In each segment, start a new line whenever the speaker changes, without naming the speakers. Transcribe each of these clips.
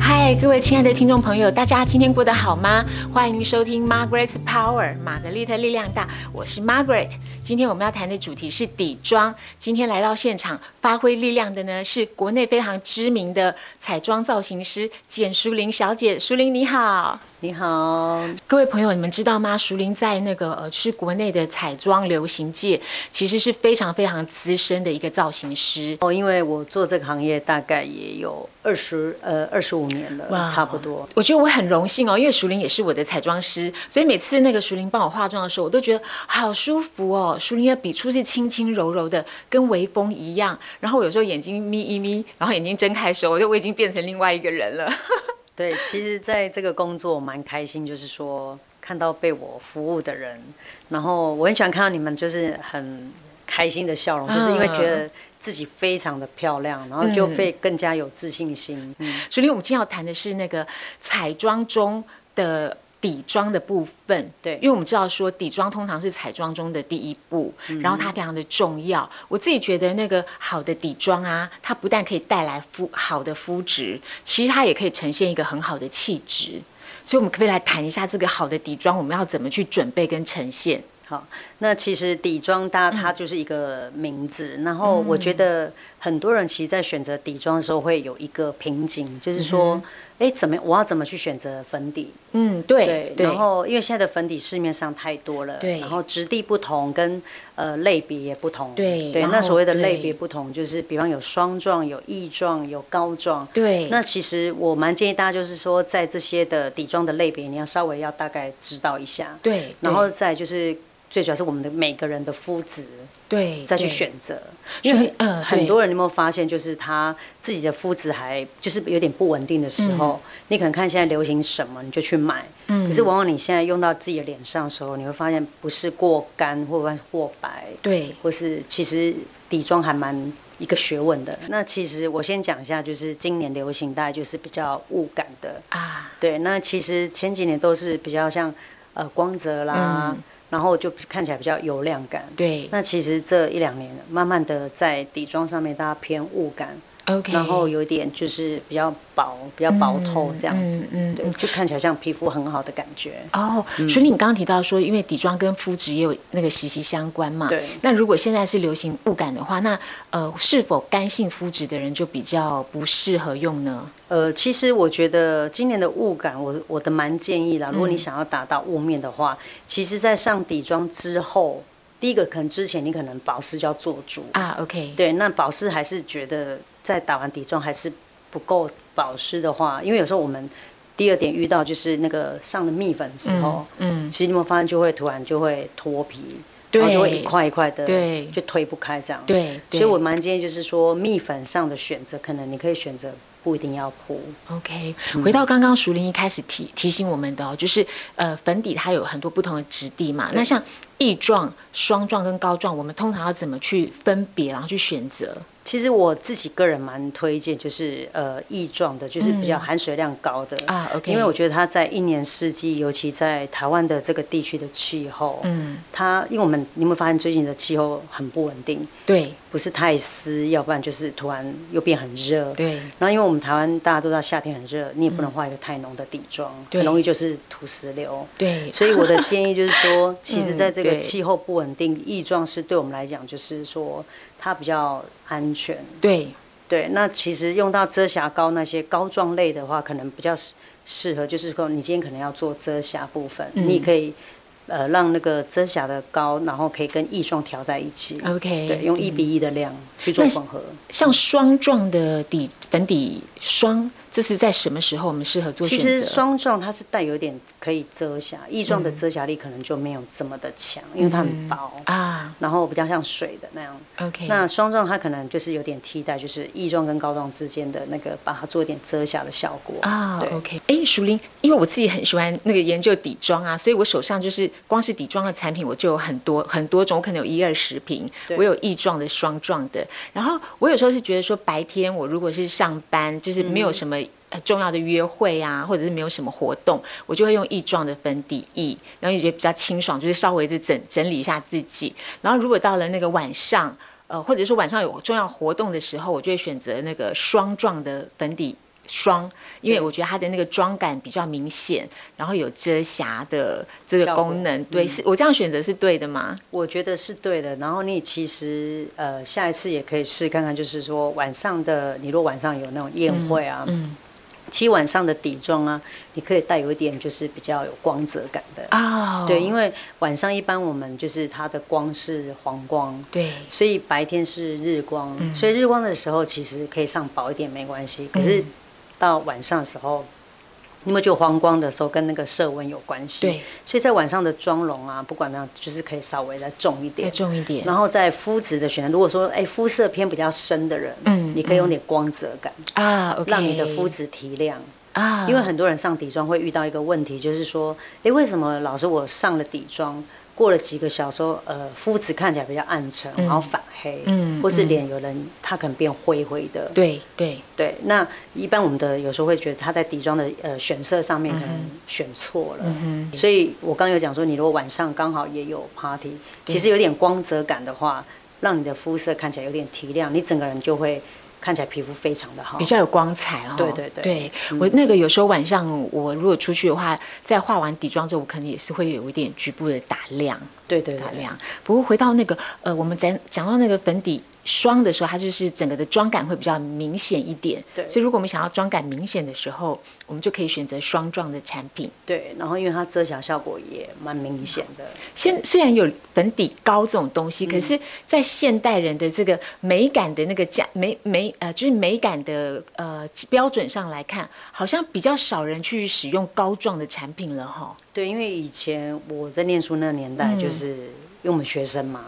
嗨，各位亲爱的听众朋友，大家今天过得好吗？欢迎收听 Margaret's Power，玛格丽特力量大，我是 Margaret。今天我们要谈的主题是底妆。今天来到现场发挥力量的呢，是国内非常知名的彩妆造型师简淑玲小姐。淑玲你好。
你好，
各位朋友，你们知道吗？淑玲在那个呃，是国内的彩妆流行界，其实是非常非常资深的一个造型师。
哦，因为我做这个行业大概也有二十呃二十五年了
哇
差不多。
我觉得我很荣幸哦，因为淑玲也是我的彩妆师，所以每次那个淑玲帮我化妆的时候，我都觉得好舒服哦。淑玲的笔触是轻轻柔柔的，跟微风一样。然后我有时候眼睛眯一眯，然后眼睛睁开的时候，我就我已经变成另外一个人了。
对，其实在这个工作蛮开心，就是说看到被我服务的人，然后我很喜欢看到你们就是很开心的笑容，就是因为觉得自己非常的漂亮，然后就会更加有自信心。嗯
所以我们今天要谈的是那个彩妆中的底妆的部分，
对
因为我们知道说底妆通常是彩妆中的第一步，
嗯
然后它非常的重要。我自己觉得那个好的底妆啊，它不但可以带来肤好的肤质，其实它也可以呈现一个很好的气质。所以，我们可不可以来谈一下这个好的底妆，我们要怎么去准备跟呈现？
好，那其实底妆搭
嗯
它就是一个名字，然后我觉得很多人其实，在选择底妆的时候会有一个瓶颈，就是说，哎、怎么我要怎么去选择粉底？
嗯，对
对，然后因为现在的粉底市面上太多了，
对
然后质地不同，跟呃类别也不同，
对
对，
然
那
后
所谓的类
对
别不同，就是比方有霜状、有液状、有膏状，
对，
那其实我蛮建议大家，就是说在这些的底妆的类别，你要稍微要大概知道一下，
对，
然后再就是最主要是我们的每个人的肤质
对
再去，选择，
对
因
所
为
以呃，
很
对
多人有没有发现，就是他自己的肤质还就是有点不稳定的时候，你可能看现在流行什么你就去买，
嗯
可是往往你现在用到自己的脸上的时候，你会发现不是过干或者过白，
对
或是其实底妆还蛮一个学问的。那其实我先讲一下，就是今年流行大概就是比较雾感的，
啊，
对，那其实前几年都是比较像呃光泽啦，
嗯
然后就看起来比较有亮感。
对
那其实这一两年，慢慢的在底妆上面，大家偏雾感，
，OK，
然后有一点就是比较薄、比较薄透这样子，
嗯嗯嗯
对，就看起来像皮肤很好的感觉。
哦，
嗯
所以你刚刚提到说，因为底妆跟肤质也有那个息息相关嘛。
对
那如果现在是流行雾感的话，那呃，是否干性肤质的人就比较不适合用呢？
呃，其实我觉得今年的雾感，我我的蛮建议啦。
嗯
如果你想要达到雾面的话，其实，在上底妆之后，第一个可能之前你可能保湿就要做足，
啊，OK，
对，那保湿还是觉得在打完底妆还是不够保湿的话，因为有时候我们第二点遇到就是那个上了蜜粉之后，
嗯，
其实你有没有发现就会突然就会脱皮，
对
然后就会一块一块的，
对
就推不开这样。，
对，对
所以我蛮建议就是说蜜粉上的选择，可能你可以选择不一定要铺，
OK，回
嗯
到刚刚淑玲一开始提提醒我们的哦，就是呃粉底它有很多不同的质地嘛，那像液状、霜状跟膏状，我们通常要怎么去分别，然后去选择？
其实我自己个人蛮推荐，就是呃液状的，就是比较含水量高的、
嗯啊，OK
因为我觉得它在一年四季，尤其在台湾的这个地区的气候，
嗯，
它因为我们你有没有发现最近的气候很不稳定，
对
不是太湿，要不然就是突然又变很热。
对
然后因为我们台湾大家都知道夏天很热，你也不能画一个太浓的底妆，
对
很容易就是土石流。
对，嗯
所以我的建议就是 说，其实在这个
对
气候不稳定，液状是对我们来讲，就是说它比较安全。
对
对，那其实用到遮瑕膏那些膏状类的话，可能比较适适合，就是说你今天可能要做遮瑕部分，你可以呃让那个遮瑕的膏，然后可以跟液状调在一起。
OK，
对，用一比一的量去做
那是
混合。
像霜状的底粉底霜，这是在什么时候我们适合做
其
选择？
实霜状它是带有点可以遮瑕，液状的遮瑕力可能就没有这么的强，因为它很薄，
啊
然后比较像水的那样。
，OK，
那霜状它可能就是有点替代，就是液状跟膏状之间的那个，把它做一点遮瑕的效果。
啊
对
，OK，哎，淑玲，因为我自己很喜欢那个研究底妆啊，所以我手上就是光是底妆的产品我就有很多很多种，我可能有一二十瓶，
对
我有液状的、霜状的，然后我有时候是觉得说白天我如果是上班，就是没
嗯
有什么。呃重要的约会啊，或者是没有什么活动，我就会用液状的粉底液，然后也觉得比较清爽，就是稍微的整整理一下自己。然后如果到了那个晚上，呃，或者说晚上有重要活动的时候，我就会选择那个霜状的粉底霜，因为我觉得它的那个妆感比较明显，然后有遮瑕的这个
效果嗯
功能。对，是我这样选择是对的吗？
我觉得是对的。然后你其实呃，下一次也可以试看看，就是说晚上的，你如果晚上有那种宴会啊，
嗯
其实晚上的底妆啊，你可以带有一点就是比较有光泽感的。
哦，
对，因
为
为晚上一般我们就是它的光是黄光，
对
所以白天是日光，
嗯
所以日光的时候其实可以上薄一点没关系。可是到晚上的时候，你有没有觉得黄光的时候跟那个色温有关系？
对，
所以在晚上的妆容啊，不管怎样，就是可以稍微再重一
再
点。
重一点，
然后在肤质的选择，如果说哎肤色偏比较深的人，
嗯
你可以用点光泽感，
啊，OK，
让你的肤质提亮。
啊，
因为很多人上底妆会遇到一个问题，就是说，诶，为什么老师我上了底妆，过了几个小时后，呃，肤质看起来比较暗沉，然后反黑，
嗯
或是
嗯
脸有人他可能变灰灰的，
对对
对，那一般我们的有时候会觉得他在底妆的呃选色上面可
嗯
能选错了，所以我刚有讲说，你如果晚上刚好也有 party，其实有点光泽感的话，让你的肤色看起来有点提亮，你整个人就会看起来皮肤非常的好
比。较有光彩哦。
对对对嗯
我那个有时候晚上我如果出去的话，在化完底妆之后，我可能也是会有一点局部的打亮。
对对
打
对，
亮。不过回到那个呃，我们在讲到那个粉底霜的时候，它就是整个的妆感会比较明显一点。
对
所以如果我们想要妆感明显的时候，我们就可以选择霜状的产品。
对，然后因为它遮瑕效果也蛮明显的，
现虽然有粉底膏这种东西，可是，在现代人的这个美感的那个价美美呃，就是美感的呃标准上来看，好像比较少人去使用膏状的产品了哈。
对，因为以前我在念书那个年代，就是因为我们学生嘛，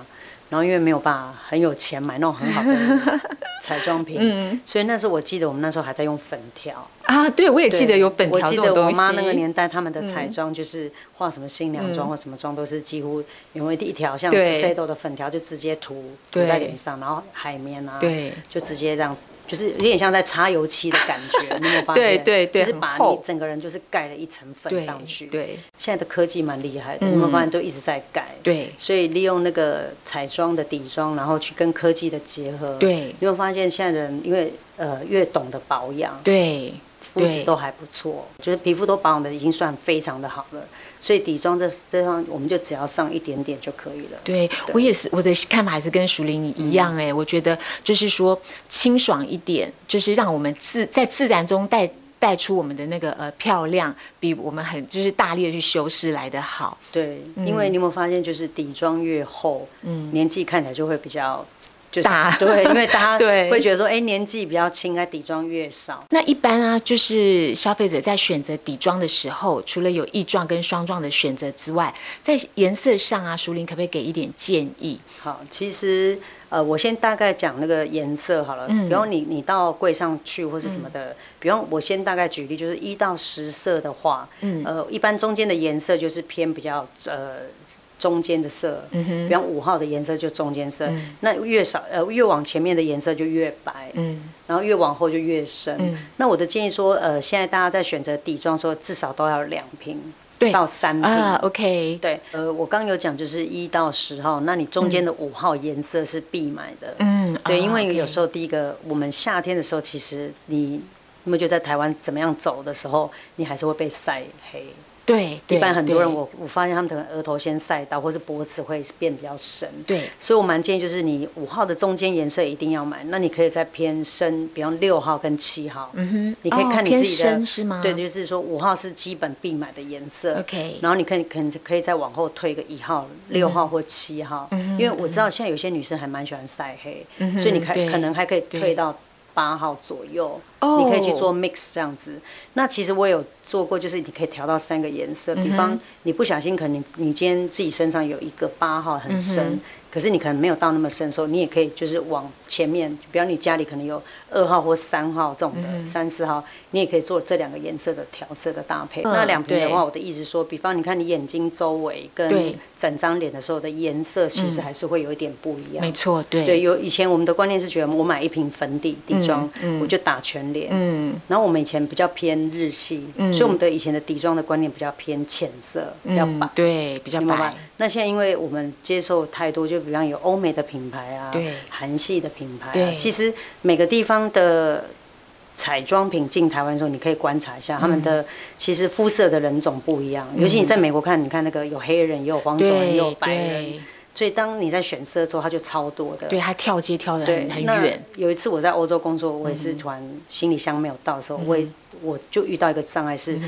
然后因为没有办法很有钱买那种很好的彩妆品，所以那时候我记得我们那时候还在用粉条，
啊，对，我也记得有粉条
我
这
记
种
得我
东西。嗯
妈那个年代他们的彩妆就是画什么新娘妆或什么妆，都是几乎因为一条像
对
C 豆的粉条就直接涂涂
对
在脸上，然后海绵啊，
对
就直接这样。就是有点像在擦油漆的感觉， 你有没有发现？
对对对
就是
很
把你
厚
整个人就是盖了一层粉
对
上去。
对嗯
现在的科技蛮厉害的，你们发现都一直在改。
对
所以利用那个彩妆的底妆，然后去跟科技的结合。
对
你会发现现在人因为呃越懂得保养，
对，
肤质
对
都还不错，就是皮肤都保养的已经算非常的好了。所以底妆这这方我们就只要上一点点就可以了。
对我也是，我的看法还是跟淑玲一样哎、
嗯
我觉得就是说清爽一点，就是让我们自在自然中带带出我们的那个呃漂亮，比我们很就是大力的去修饰来的好。
对，因
嗯
为你有没有发现，就是底妆越厚，嗯，年纪看起来就会比较。就是
大
对，因为大 家
对
会觉得说，哎、年纪比较轻，哎，底妆越少，
那一般啊，就是消费者在选择底妆的时候，除了有液状跟霜状的选择之外，在颜色上啊，淑玲可不可以给一点建议？
好，其实呃，我先大概讲那个颜色好了。比方你你到柜上去或是什么的，比方我先大概举例，就是一到十色的话，呃，一般中间的颜色就是偏比较呃。中间的色，比方五号的颜色就中间色，那越少呃越往前面的颜色就越白，
嗯，
然后越往后就越深。那我的建议说，呃，现在大家在选择底妆的时候，至少都要两瓶
对
到三瓶
啊，OK，
对，呃，我刚有讲就是一到十号，那你中间的五号颜色是必买的。
嗯，
对，
啊
因为
OK
有时候第一个，我们夏天的时候，其实你那么就在台湾怎么样走的时候，你还是会被晒黑。
对，
一
对
般很多人
对
我我发现他们可能额头先晒到，或是脖子会变比较深。
对
所以我蛮建议就是你五号的中间颜色一定要买，那你可以再偏深，比方六号跟七号，嗯哼，你可以
哦
看你
偏
自己的、
深是吗
对，就是说五号是基本必买的颜色
OK
然后你可以可能可以再往后推个一号、六
嗯
号或七号，因为我知道现在有些女生还蛮喜欢晒黑，
嗯哼
所以你可
对
可能还可以推
对
到。八号左右
哦
你可以去做 mix 这样子。那其实我有做过，就是你可以调到三个颜
嗯
色，比方你不小心，可能你你今天自己身上有一个八号很
嗯
深，可是你可能没有到那么深的时候，你也可以就是往前面，比方你家里可能有二号或三号这种的，
嗯
三四、号，你也可以做这两个颜色的调色的搭配。
嗯
那两瓶的话，
对
我的意思说，比方你看你眼睛周围跟
对嗯
整张脸的时候的颜色，其实还是会有一点不一样。
没错，
对，有以前我们的观念是觉得，我买一瓶粉底底妆，我就打全脸。
嗯
然后我们以前比较偏日系，所以我们的以前的底妆的观念比较偏浅色，比较
嗯
白。，
对，比较
明白吗
白。？
那现在因为我们接受太多，就比方有欧美的品牌啊
对，
韩系的品牌啊，
对
其实每个地方的。彩妆品进台湾的时候，你可以观察一
嗯
下他们的其实肤色的人种不一样，尤其你在美国看，你看那个有黑人，也有黄种人，也有白人
对。
所以当你在选色的时候，它就超多的。
对他跳街跳的
对
很，很
那
远，
有一次我在欧洲工作，我也是突然行李箱没有到的时
嗯
候，我也我就遇到一个障碍是，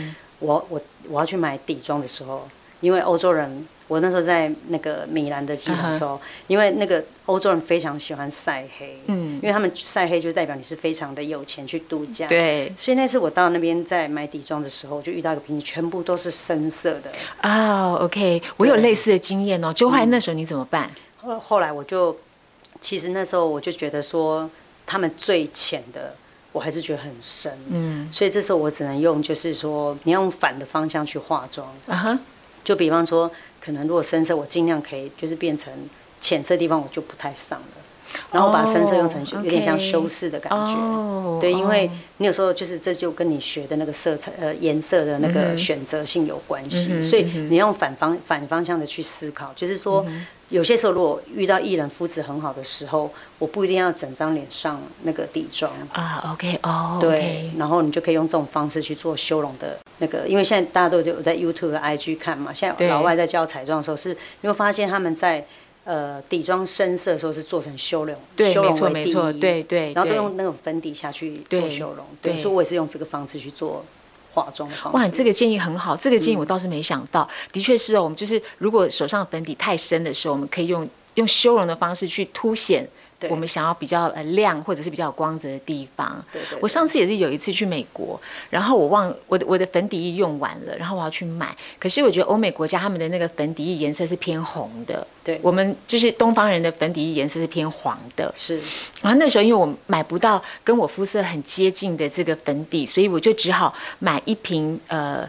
我我我要去买底妆的时候，因为欧洲人，我那时候在那个米兰的机场的时候，
啊
因为那个欧洲人非常喜欢晒黑，
嗯
因为他们晒黑就代表你是非常的有钱去度假，。
对
所以那次我到那边在买底妆的时候，我就遇到一个瓶子，全部都是深色的。
啊、o k 我有类似的经验哦。就换那时候你怎么办？
后后来我就，其实那时候我就觉得说，他们最浅的，我还是觉得很深，
嗯，
所以这时候我只能用，就是说你要用反的方向去化妆。
啊哈，
就比方说，可能如果深色，我尽量可以就是变成浅色地方，我就不太上了。然后把深色用成
哦
有点像
OK
修饰的感觉。
哦，
对，因为
哦
你有时候就是这就跟你学的那个色彩呃颜色的那个选择性有关系，
嗯哼嗯
所以你要用反方反方向的去思考，就是说。有些时候，如果遇到艺人肤质很好的时候，我不一定要整张脸上那个底妆，
啊，OK，哦，
对
OK，
然后你就可以用这种方式去做修容的那个，因为现在大家都有在 YouTube、IG 看嘛，现在
对
老外在教彩妆的时候是，你会发现他们在呃底妆深色的时候是做成修容，
对
修
没
容
错
为
没
第一
错对对
然后
对
都用那种粉底下去做
对
修容，
对
对，所以我也是用这个方式去做化妆的方式。
哇，你这个建议很好，这个建议
嗯
我倒是没想到。的确是哦，我们就是如果手上粉底太深的时候，我们可以用用修容的方式去凸显
对
我们想要比较呃亮或者是比较有光泽的地方。
对对对
我上次也是有一次去美国，然后我忘我的我的粉底液用完了，然后我要去买，可是我觉得欧美国家他们的那个粉底液颜色是偏红的，
对
我们就是东方人的粉底液颜色是偏黄的，
是
然后那时候因为我买不到跟我肤色很接近的这个粉底，所以我就只好买一瓶呃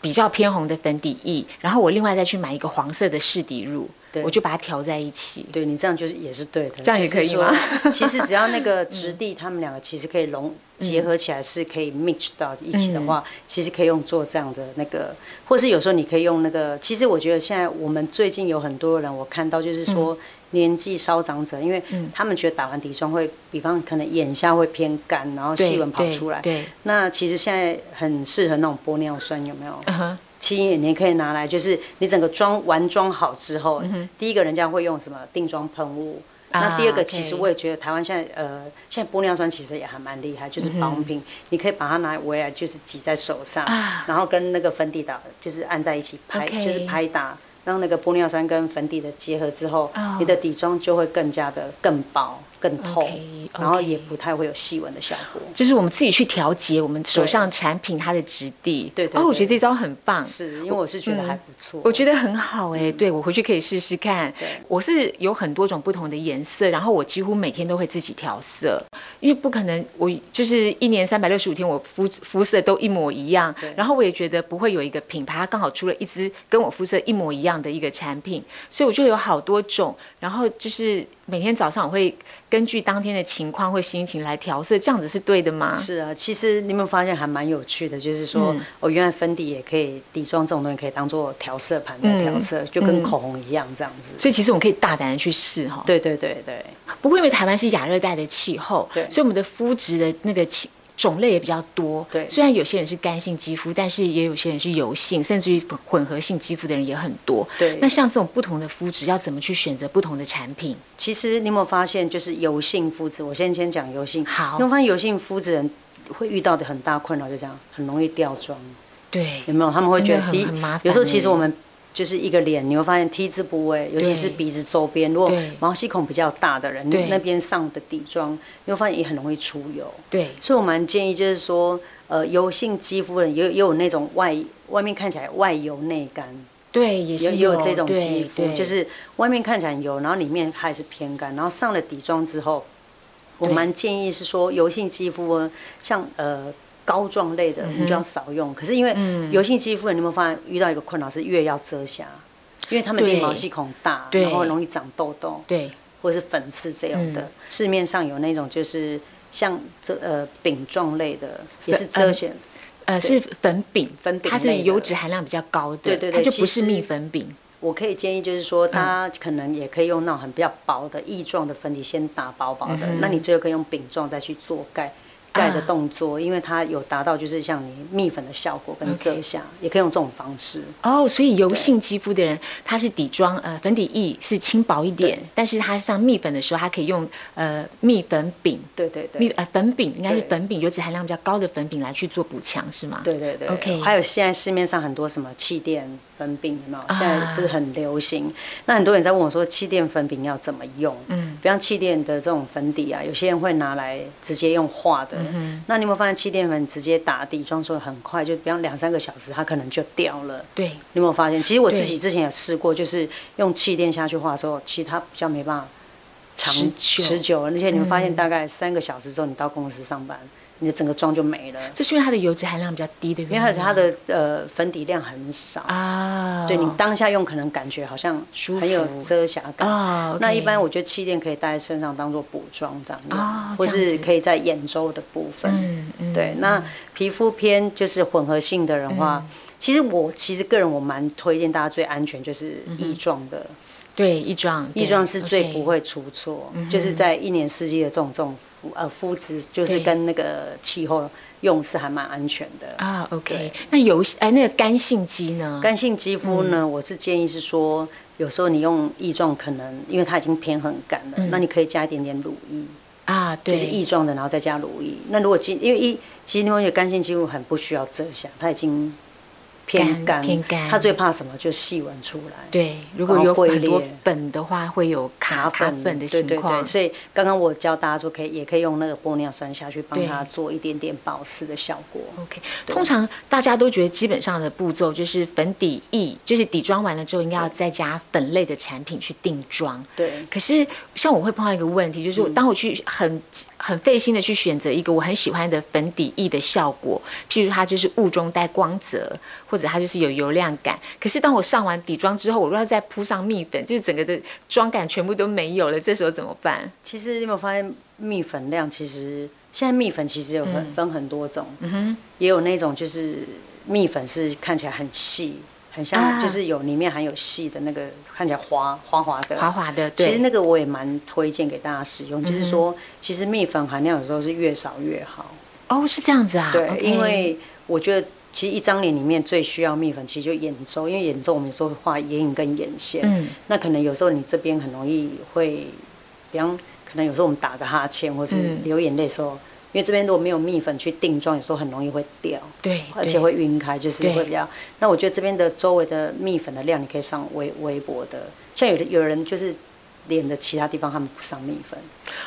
比较偏红的粉底液，然后我另外再去买一个黄色的试底乳，
对
我就把它调在一起。
对你这样就是也是对的，
这样也
就是
可以吗
说其实只要那个质地，他们两个其实可以融结合起来，是可以 mix 到一起的话，
嗯
其实可以用做这样的那个，或是有时候你可以用那个。其实我觉得现在我们最近有很多人，我看到就是
嗯
说。年纪稍长者，因为他们觉得打完底妆会，比方可能眼下会偏干，然后
对
细纹跑出来。
对，对
那其实现在很适合那种玻尿酸，有没有？
嗯哼，
其实你可以拿来，就是你整个妆完妆好之后，第一个人家会用什么定妆喷雾。
啊
那第二个，
对
其实我也觉得台湾现在，呃，现在玻尿酸其实也还蛮厉害，
嗯
就是保养品，你可以把它拿来围来，就是挤在手上，
啊
然后跟那个粉底打，就是按在一起拍
OK
就是拍打，让那个玻尿酸跟粉底的结合之后
哦
你的底妆就会更加的更薄、更透
OK，OK
然后也不太会有细纹的效果。
就是我们自己去调节我们手上产品它的质地。
对对
哦，我觉得
对
这招很棒。
是因为我是觉得还不错，
我觉得很好哎、对我回去可以试试看
对。
我是有很多种不同的颜色，然后我几乎每天都会自己调色，因为不可能我就是一年三百六十五天我肤肤色都一模一样
对。
然后我也觉得不会有一个品牌它刚好出了一支跟我肤色一模一样的一个产品，所以我就有好多种。然后就是每天早上我会根据当天的情况或心情来调色，这样子是对的吗？
是啊，其实你有没有发现还蛮有趣的，就是说，
嗯
哦，原来粉底也可以，底妆这种东西可以当做调色盘在调色，
嗯
就跟口红一样这样子。
所以其实我们可以大胆的去试哈。
对对对对，
不过因为台湾是亚热带的气候，
对
所以我们的肤质的那个气种类也比较多。
对
虽然有些人是干性肌肤，但是也有些人是油性，甚至于混混合性肌肤的人也很多。
对
那像这种不同的肤质，要怎么去选择不同的产品？
其实你有没有发现，就是油性肤质，我先先讲油性。
好
你有没有发现油性肤质人会遇到的很大困扰，就这样，很容易掉妆，
对，
有没有？他们会觉
真
得
的很
第一
很麻烦
有时候其
欸
实我们。就是一个脸，你会发现 T 字部位，尤其是鼻子周边，如果
对
毛细孔比较大的人
对，
那边上的底妆，你会发现也很容易出油。
对，
所以我蛮建议，就是说，呃，油性肌肤的人也有也有那种外外面看起来外油内干，
对，也
也
是
也有这种
对
肌肤，
对
就是外面看起来很油，然后里面还是偏干，然后上了底妆之后，我
对
蛮建议是说，油性肌肤呢像呃。膏状类
嗯
的你就要少用，可是因为油性肌肤，人，你有没有发现遇到一个困扰是越要遮瑕，因为他们
对
的毛细孔大，
对
然后容易长痘痘。
对，
或是粉刺这种的。
嗯
市面上有那种就是像这呃饼状类的，也是遮瑕，
呃，是粉饼，
粉饼
它是
类的
油脂含量比较高的，
对对对
它就不
其
是
实
蜜粉饼。
我可以建议就是说，大家可能也可以用那种很比较薄的液状的粉底先打薄薄的，那你最后可以用饼状再去做盖。盖的动作，因为它有达到就是像你蜜粉的效果跟遮瑕，也可以用这种方式。
哦，所以油性肌肤的人，它是底妆，呃，粉底液是轻薄一点，但是它上蜜粉的时候，它可以用呃蜜粉饼，
对对对
蜜，呃粉饼应该是
对
粉饼，油脂含量比较高的粉饼来去做补强，是吗？
对对对
OK
还有现在市面上很多什么气垫粉饼，有没
啊
有？现在不是很流行？那很多人在问我说，气垫粉饼要怎么用？嗯，不像气垫的这种粉底啊，有些人会拿来直接用画的。嗯、那你有没有发现气垫粉直接打底妆说很快，就不用两三个小时，它可能就掉了。
对，
你有没有发现？其实我自己
对
之前也试过，就是用气垫下去画的时候，其实它比较没办法长
持久嗯
持久了。而且你会发现，大概三个小时之后，你到公司上班，你的整个妆就没了。
这是因为它的油脂含量比较低的原
因
因
为
吗，
它它的呃粉底量很少，
啊，
对你当下用可能感觉好像
舒
很有
服
遮瑕感。
哦，OK
那一般我觉得气垫可以戴在身上当做补妆这样用，
哦
或
这样
是
子
可以在眼周的部分。
嗯嗯，
对，那皮肤偏就是混合性的人的话，
嗯
其实我其实个人我蛮推荐大家最安全就是异状的，
嗯对一妆，
异状是最
OK 嗯
不会出错，就是在一年四季的这种这种肤呃肤质，就是
对
跟那个气候用是还蛮安全的。
啊，OK
对。
那油哎，那个干性肌呢？
干性肌肤呢，
嗯
我是建议是说，有时候你用异状可能因为它已经偏很干了，那你可以加一点点乳液，
啊，嗯
就
对，
是异状的，然后再加乳液。那如果今因为一其实你会觉得干性肌肤很不需要遮瑕，它已经偏
干
干，
偏干
它最怕什么？就细纹出来。
对，如果
然后
有
龟
很多
裂
粉的话，会有卡卡粉的
对
情
对
况
对，。所以刚刚我教大家说，可以也可以用那个玻尿酸下去帮
对
它做一点点保湿的效果。
OK，通常大家都觉得基本上的步骤就是粉底液，就是底妆完了之后，应该要再加粉类的产品去定妆。
对嗯
可是，像我会碰到一个问题，就是我当我去很很费心的去选择一个我很喜欢的粉底液的效果，譬如它就是雾中带光泽，或者它就是有油亮感。可是当我上完底妆之后，我若要再铺上蜜粉，就是整个的妆感全部都没有了，这时候怎么办？
其实你有没有发现蜜粉量？其实现在蜜粉其实有
嗯
很分很多种，也有那种就是蜜粉是看起来很细，很
啊
像就是有里面含有细的那个，看起来滑滑滑的。
滑滑的，
其实
对，嗯
那个我也蛮推荐给大家使用，就是说，其实蜜粉含量有时候是越少越好。
哦，是这样子啊，
对
OK
因为我觉得其实一张脸里面最需要蜜粉，其实就眼周，因为眼周我们有时候会画眼影跟眼线，
嗯
那可能有时候你这边很容易会，比方可能有时候我们打个哈欠或是
嗯
流眼泪的时候，因为这边如果没有蜜粉去定妆，有时候很容易会掉。
对，
而
对
且会晕开，就是
对
会比较。那我觉得这边的周围的蜜粉的量，你可以上微微薄的。像有的有人就是脸的其他地方他们不上蜜粉，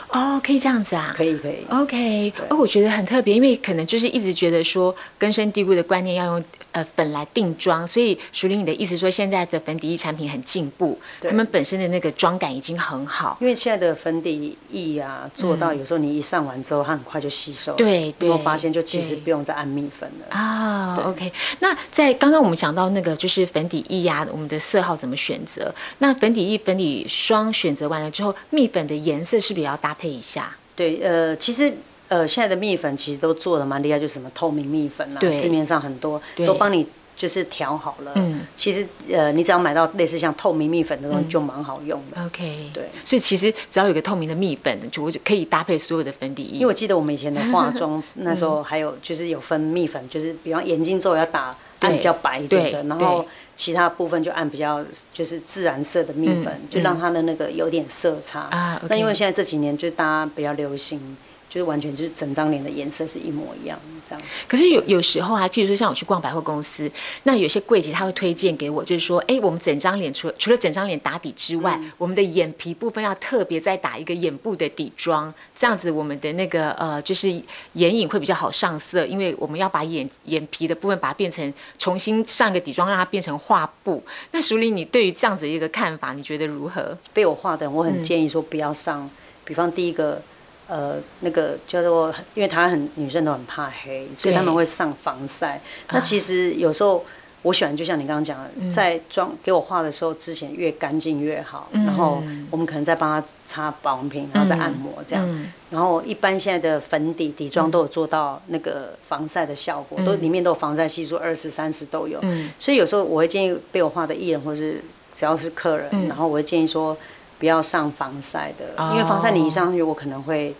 哦，可以这样子啊，
可以可以。
OK，
对
哦，我觉得很特别，因为可能就是一直觉得说根深蒂固的观念要用呃粉来定妆，所以淑玲你的意思说现在的粉底液产品很进步，
对
他们本身的那个妆感已经很好，
因为现在的粉底液啊，做到有时候你一上完之后，它很快就吸收
嗯
了。
对
你有
对
没有发现就其实
对
不用再按蜜粉了。
啊、o k 那在刚刚我们讲到那个就是粉底液呀、我们的色号怎么选择？那粉底液、粉底霜选择完了之后，蜜粉的颜色是不是也要搭配一下？
对，呃，其实。呃，现在的蜜粉其实都做的蛮厉害，就是什么透明蜜粉
对
啊，市面上很多
对
都帮你就是调好了。
嗯，
其实呃，你只要买到类似像透明蜜粉的东西，就蛮好用的。
OK，
对
所以其实只要有一个透明的蜜粉，就我就可以搭配所有的粉底液。
因为我记得我们以前的化 妆，那时候还有就是有分蜜粉，就是比方眼睛之后要打
对
按比较白一点的，
对
然后
对
其他部分就按比较就是自然色的蜜粉，就让它的那个有点色差。
嗯啊，OK
那因为现在这几年就是大家比较流行，就是完全就是整张脸的颜色是一模一样这样。
可是有有时候啊，譬如说像我去逛百货公司，那有些柜姐她会推荐给我，就是说，哎、我们整张脸除了除了整张脸打底之外，我们的眼皮部分要特别再打一个眼部的底妆，这样子我们的那个呃，就是眼影会比较好上色，因为我们要把眼眼皮的部分把它变成重新上一个底妆，让它变成画布。那淑玲，你对于这样子的一个看法，你觉得如何？
被我画的人，
嗯
我很建议说不要上，比方第一个。呃，那个叫做，因为台湾很女生都很怕黑，所以他们会上防晒。
啊
那其实有时候我喜欢，就像你刚刚讲的，
嗯
在妆给我画的时候，之前越干净越好。
嗯
然后我们可能再帮她擦保养品，然后再按摩这样。
嗯
然后一般现在的粉底、底妆都有做到那个防晒的效
嗯
果，都里面都有防晒系数，二十、三十都有。所以有时候我会建议被我画的艺人或是只要是客人，
嗯哦
然后我会建议说不要上防晒的，因为防晒你一上去，我可能会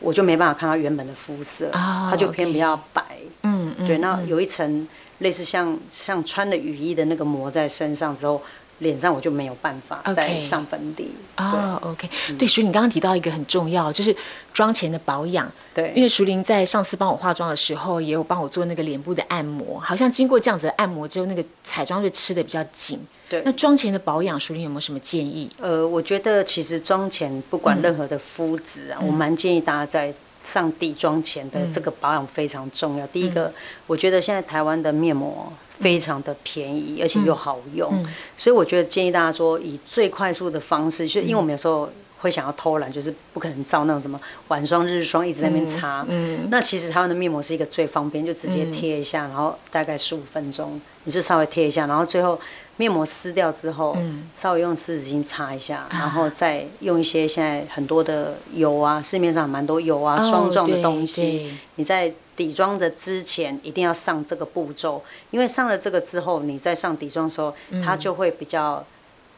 我就没办法看到原本的肤色，
哦
它就偏比较白。
嗯嗯，
对，那有一层类似像像穿了雨衣的那个膜在身上之后，脸上我就没有办法
OK
再上粉底。
哦，OK，对，
嗯
所以你刚刚提到一个很重要，就是妆前的保养。
对
因为淑玲在上次帮我化妆的时候，也有帮我做那个脸部的按摩，好像经过这样子的按摩之后，那个彩妆就吃的比较紧。
对
那
对，
妆前的保养，淑玲有没有什么建议？
呃，我觉得其实妆前不管任何的肤质
嗯
啊，我蛮建议大家在。上底妆前的这个保养非常重要。第一
嗯
个，我觉得现在台湾的面膜非常的便
嗯
宜，而且又好用，所以我觉得建议大家说，以最快速的方式，就因为我们有时候会想要偷懒，就是不可能照那种什么晚霜、日霜一直在那边擦。嗯，那其实台湾的面膜是一个最方便，就直
嗯
接贴一下，然后大概十五分钟，你就稍微贴一下，然后最后面膜撕掉之后，
嗯
稍微用湿纸巾擦一
啊
下，然后再用一些现在很多的油啊，市面上蛮多油啊、
哦
霜状的
对
东西
对，
你在底妆的之前一定要上这个步骤，因为上了这个之后，你在上底妆的时候，它就会比较，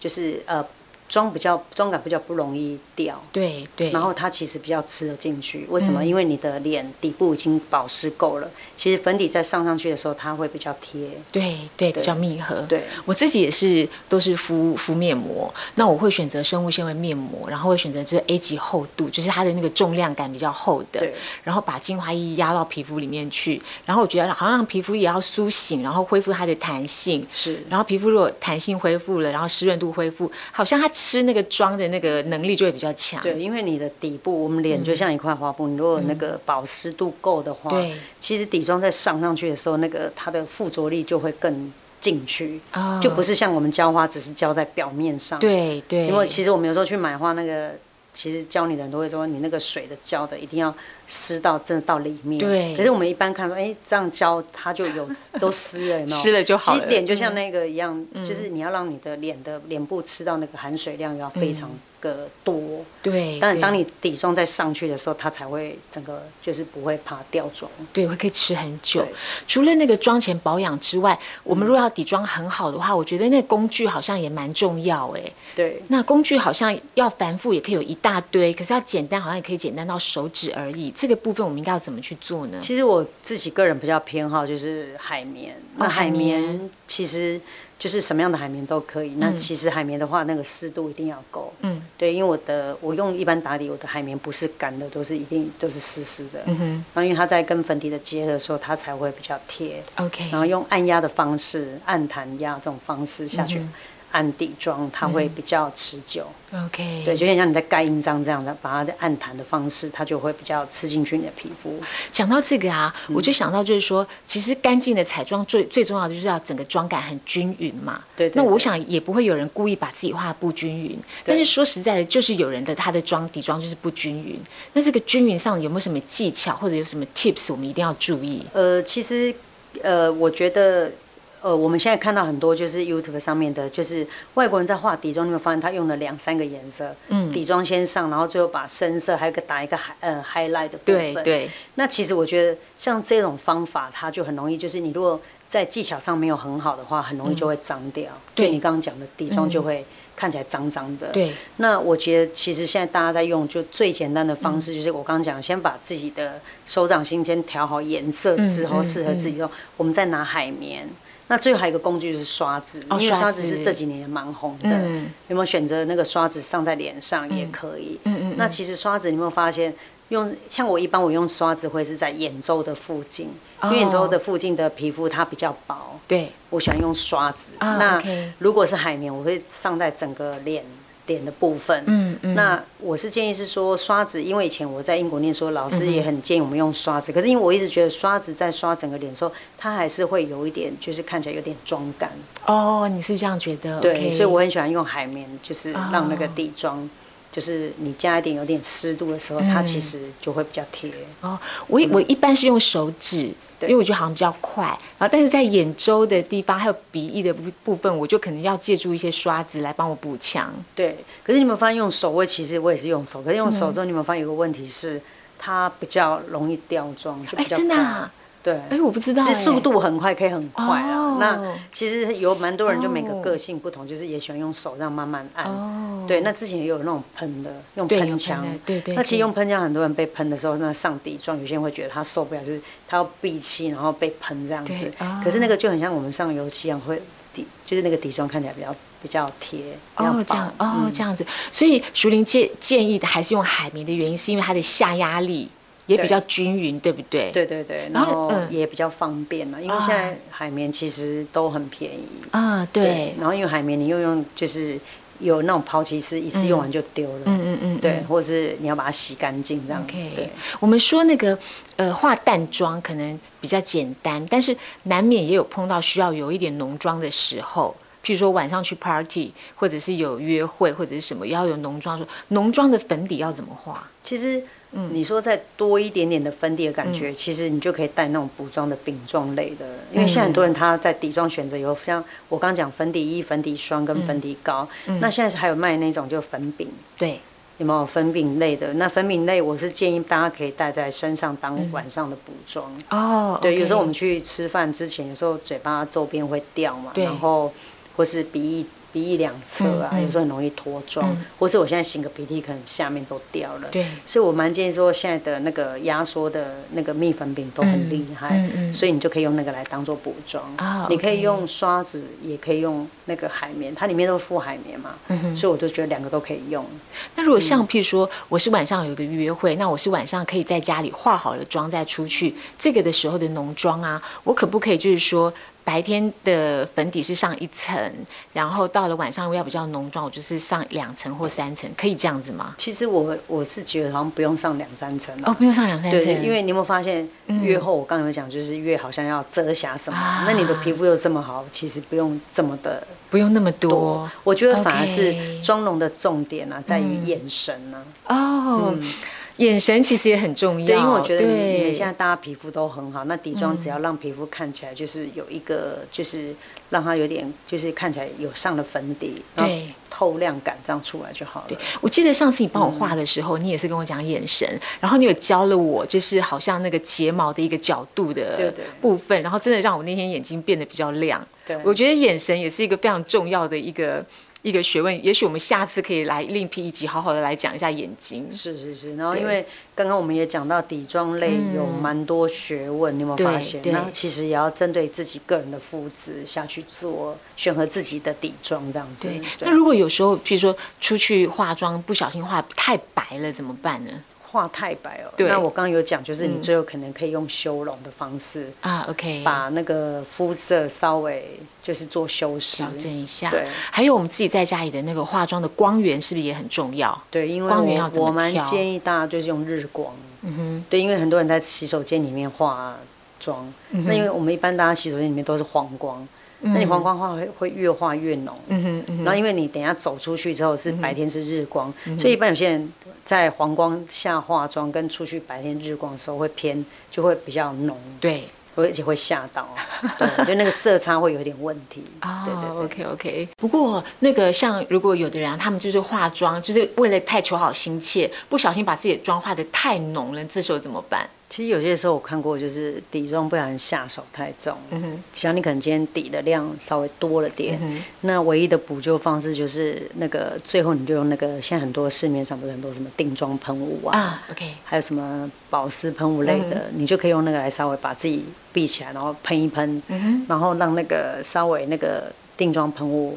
就是呃，妆比较妆感比较不容易掉，
对对，
然后它其实比较吃得进去。为什么？因为你的脸底部已经保湿够了，其实粉底在上上去的时候，它会比较贴。
对对比较密合。
对
我自己也是都是敷敷面膜，那我会选择生物纤维面膜，然后会选择就是 A 级厚度，就是它的那个重量感比较厚的
对，
然后把精华液压到皮肤里面去，然后我觉得好像让皮肤也要苏醒，然后恢复它的弹性。
是
然后皮肤如果弹性恢复了，然后湿润度恢复，好像它吃那个妆的那个能力就会比较强。
对，因为你的底部，我们
嗯
脸就像一块花布，你如果那个保湿度够的话，
对
其实底妆在上上去的时候，那个它的附着力就会更进去，
哦
就不是像我们浇花只是浇在表面上。，
对对，
因为其
实
实我们有时候去买花，那个其实教你的人都会说，你那个水的浇的一定要湿到真的到里面。
对
可是我们一般看说，哎、这样浇它就有都湿了，有没有？
湿了就好
其
了嗯
实脸就像那个一样，就是你要让你的脸的脸部吃到那个含水量
嗯
要非常的多。
对，
但
对
当你底妆再上去的时候，它才会整个就是不会怕掉妆。
对，我可以吃很久
对。
除了那个妆前保养之外，我们如果要底妆很好的话，我觉得那个工具好像也蛮重要哎。
对，
那工具好像要繁复，也可以有一大堆，可是要简单，好像也可以简单到手指而已。这个部分我们应该要怎么去做呢？
其实我自己个人比较偏好就是海绵。那哦海
海
绵嗯其实就是什么样的海绵都可以。那其实海绵的话，那个湿度一定要够。
嗯，
对，因为我的我用一般打底，我的海绵不是干的，都是一定都是湿湿的。嗯哼。然后因为它在跟粉底的结合的时候，它才会比较贴。
，OK，
然后用按压的方式，按弹压这种方式下去按底妆，它会比较持久。
OK，
对，就有点像你在盖印章这样的，把它的按弹的方式，它就会比较吃进去你的皮肤。
讲到这个啊，
嗯
我就想到就是说，其实干净的彩妆最最重要的就是要整个妆感很均匀嘛。
对对
那我
对
想也不会有人故意把自己画得不均匀，
对
但是说实在的，就是有人的他的妆底妆就是不均匀。那这个均匀上有没有什么技巧或者有什么 tips 我们一定要注意？
呃，其实，呃，我觉得，呃，我们现在看到很多就是 YouTube 上面的，就是外国人在画底妆，你有没有发现他用了两三个颜色？嗯，底妆先上，然后最后把深色还有一个打一个 high 呃 highlight 的部
对
分。
对，
那其实我觉得像这种方法，它就很容易，就是你如果在技巧上没有很好的话，很容易就会脏掉。
嗯对嗯
就你刚刚讲的底妆就会看起来脏脏的。
对。
那我觉得其实现在大家在用就最简单的方
嗯
式，就是我刚刚讲，先把自己的手掌心先调好颜色之
嗯
后，
嗯
适合自己之后，我们再拿海绵。那最后还有一个工具就是刷子，
哦
因为
刷
刷
子
子是这几年也蛮红的，
嗯
有没有选择那个刷子上在脸上也可以？嗯嗯那其实刷子你有没有发现，用像我一般我用刷子会是在眼周的附近，因
哦
为眼周的附近的皮肤它比较薄，
对
我喜欢用刷子。
啊
那
OK
如果是海绵，我会上在整个脸脸的部分。
嗯嗯
那我是建议是说刷子，因为以前我在英国念书，老师
嗯
也很建议我们用刷子。可是因为我一直觉得刷子在刷整个脸的时候，它还是会有一点，就是看起来有点妆感。
哦，你是这样觉得？
对
OK 啊
所以我很喜欢用海绵，就是让那个底妆，就是你加一点有点湿度的时候，它其实就会比较贴。
哦，我一我一般是用手指。因为我觉得好像比较快，然后但是在眼周的地方还有鼻翼的部部分，我就可能要借助一些刷子来帮我补强。
对，可是你有没有发现用手？我其实我也是用手，可是用手之后，你有没有发现有个问题是，它比较容易掉妆，就
哎，
比较
真的、
干
啊，
对，
哎，我不知道哎，
是速度很快，可以很快啊。
哦
那其实有蛮多人就每个个性不同，就是也喜欢用手这样慢慢按。
哦，
对，那之前也有那种喷的，用
对
喷
有
枪
喷的。对对
那其实
对
用喷枪，很多人被喷的时候，那上底妆，有些人会觉得他受不了，就是他要闭气，然后被喷这样子
对。啊
可是那个就很像我们上油漆一样，会底就是那个底妆看起来比较比较贴，比较
哦
薄，
这样
嗯
哦，这样子，所以淑玲建建议的还是用海绵的原因，是因为它的下压力也比
对
较均匀，对不对？
对对对，
然
然
后
后
嗯
也比较方便啊嘛，因为现在海绵其实都很便宜。
啊，对，
然后因为海绵你又用就是有那种抛弃式，一次用完就丢了。
嗯嗯嗯，
对，或者是你要把它洗干净这样。对
OK，，我们说那个呃化淡妆可能比较简单，但是难免也有碰到需要有一点浓妆的时候。譬如说晚上去 party，或者是有约会，或者是什么要有浓妆，说浓妆的粉底要怎么画？
其实
嗯
你说再多一点点的粉底的感觉，其实你就可以带那种补妆的饼状类的，因为现在很多人他在底妆选择有像我刚讲粉底液、粉底
嗯
霜跟粉底膏，那现在还有卖那种就粉饼。
对，
有没有粉饼类的？那粉饼类，我是建议大家可以带在身上当晚上的补妆。
哦，
对，有时候我们去吃饭之前，有时候嘴巴周边会掉嘛，
对
然后或是鼻翼鼻翼两侧啊，
嗯嗯嗯
有时候很容易脱妆，或是我现在擤个鼻涕，可能下面都掉了。
对
所以我蛮建议说，现在的那个压缩的那个蜜粉饼都很厉害，
嗯嗯嗯
所以你就可以用那个来当做补妆。
啊
你可
OK
以用刷子，也可以用那个海绵，它里面都是附海绵嘛，
嗯
所以我就觉得两个都可以用。
那如果像譬如说，我是晚上有一个约会，那我是晚上可以在家里化好了妆再出去，这个的时候的浓妆啊，我可不可以就是说，白天的粉底是上一层，然后到了晚上我要比较浓妆，我就是上两层或三层，可以这样子吗？
其实我我是觉得好像不用上两三层了
哦，。不用上两三
对，
层，
因为你有没有发现，越后我刚才有讲，就是越好像要遮瑕什么，
啊
那你的皮肤又这么好，其实不用这么的
不用那么多
多。我觉得反而
啊 OK
是妆容的重点啊，在于眼神呢、啊。
哦。眼神其实也很重要，
对，因为我觉得你
对嗯
你们现在大家皮肤都很好，那底妆只要让皮肤看起来就是有一个，就是让它有点就是看起来有上了粉底，然后
对
透亮感这样出来就好了。
我记得上次你帮我画的时候，你也是跟我讲眼神，然后你有教了我，就是好像那个睫毛的一个角度
对
的
对
部分，然后真的让我那天眼睛变得比较亮。
对
我觉得眼神也是一个非常重要的一个一个学问，也许我们下次可以来另辟一集，好好的来讲一下眼睛。
是是是，然后
对
因为刚刚我们也讲到底妆类有蛮多学问，你有没
对
有发现？
对
那其实也要针对自己个人的肤质下去做，选合自己的底妆这样子。
对，
对
那如果有时候，譬如说出去化妆不小心化太白了怎么办呢？
画太白哦。
对嗯
那我刚刚有讲，就是你最后可能可以用修容的方式，
啊，OK，
把那个肤色稍微就是做修饰
调。整一下。
对
还有我们自己在家里的那个化妆的光源是不是也很重要？
对，因为
光源要
我
怎么
我蛮
调
建议大家就是用日光。嗯哼。对，因为很多人在洗手间里面化妆，
嗯
那因为我们一般大家洗手间里面都是黄光，那你黄光化会会越化越浓。
嗯哼嗯哼，嗯
然后因为你等一下走出去之后是白天是日光，所以一般有些人在黄光下化妆，跟出去白天日光的时候会偏就会比较浓，
对。
而且会吓 到，对，就那个色差会有一点问题。对对
哦
对。
，OK OK。不过那个像如果有的人啊、他们就是化妆，就是为了太求好心切，不小心把自己的妆化的太浓了，这时候怎么办？
其实有些时候我看过，就是底妆不小心下手太重，嗯像你可能今天底的量稍微多了点，那唯一的补救方式就是那个最后你就用那个现在很多市面上不是很多什么定妆喷雾啊。
啊，OK，
还有什么保湿喷雾类的，你就可以用那个来稍微把自己闭起来，然后喷一喷，然后让那个稍微那个定妆喷雾，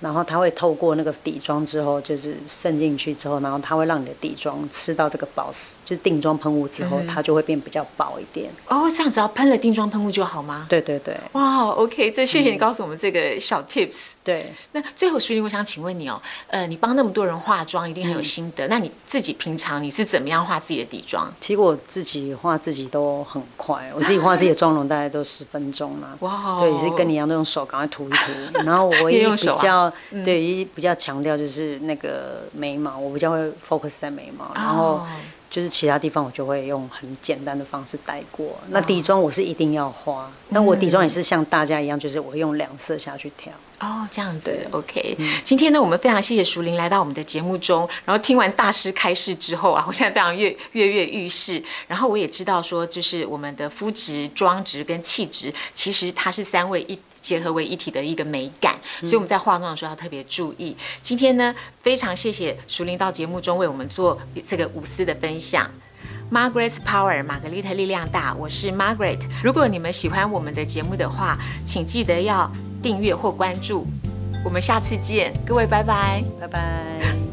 然后它会透过那个底妆之后，就是渗进去之后，然后它会让你的底妆吃到这个保湿，就是定妆喷雾之后，它就会变比较薄一点。
哦，这样只要喷了定妆喷雾就好吗？嗯
对对对
哇，OK，这谢谢你告诉我们这个小 tips。
对，
那最后，徐玲，我想请问你哦，呃，你帮那么多人化妆，一定很有心得。那你自己平常你是怎么样化自己的底妆？
其实我自己画自己都很快， 我自己画自己的妆容大概都十分钟啦。
哇哦
对，也是跟你一样都用手赶快涂一涂。然后我唯
也
一
用
比
手啊
较、对，
哦
一比较强调就是那个眉毛，我比较会 focus 在眉毛，然后就是其他地方我就会用很简单的方式带过。
哦
那底妆我是一定要花，那我底妆也是像大家一样，就是我会用两色下去调。
哦，这样子，OK。今天呢，我们非常谢谢淑玲来到我们的节目中，然后听完大师开示之后啊，我 现在非常跃跃跃欲试。然后我也知道说，就是我们的肤质、妆质跟气质，其实它是三位一结合为一体的一个美感，所以我们在化妆的时候要特别注意。今天呢，非常谢谢淑玲到节目中为我们做这个无私的分享。Margaret's Power，玛格丽特力量大，我是 Margaret。如果你们喜欢我们的节目的话，请记得要订阅或关注。我们下次见，各位，拜拜。
拜拜。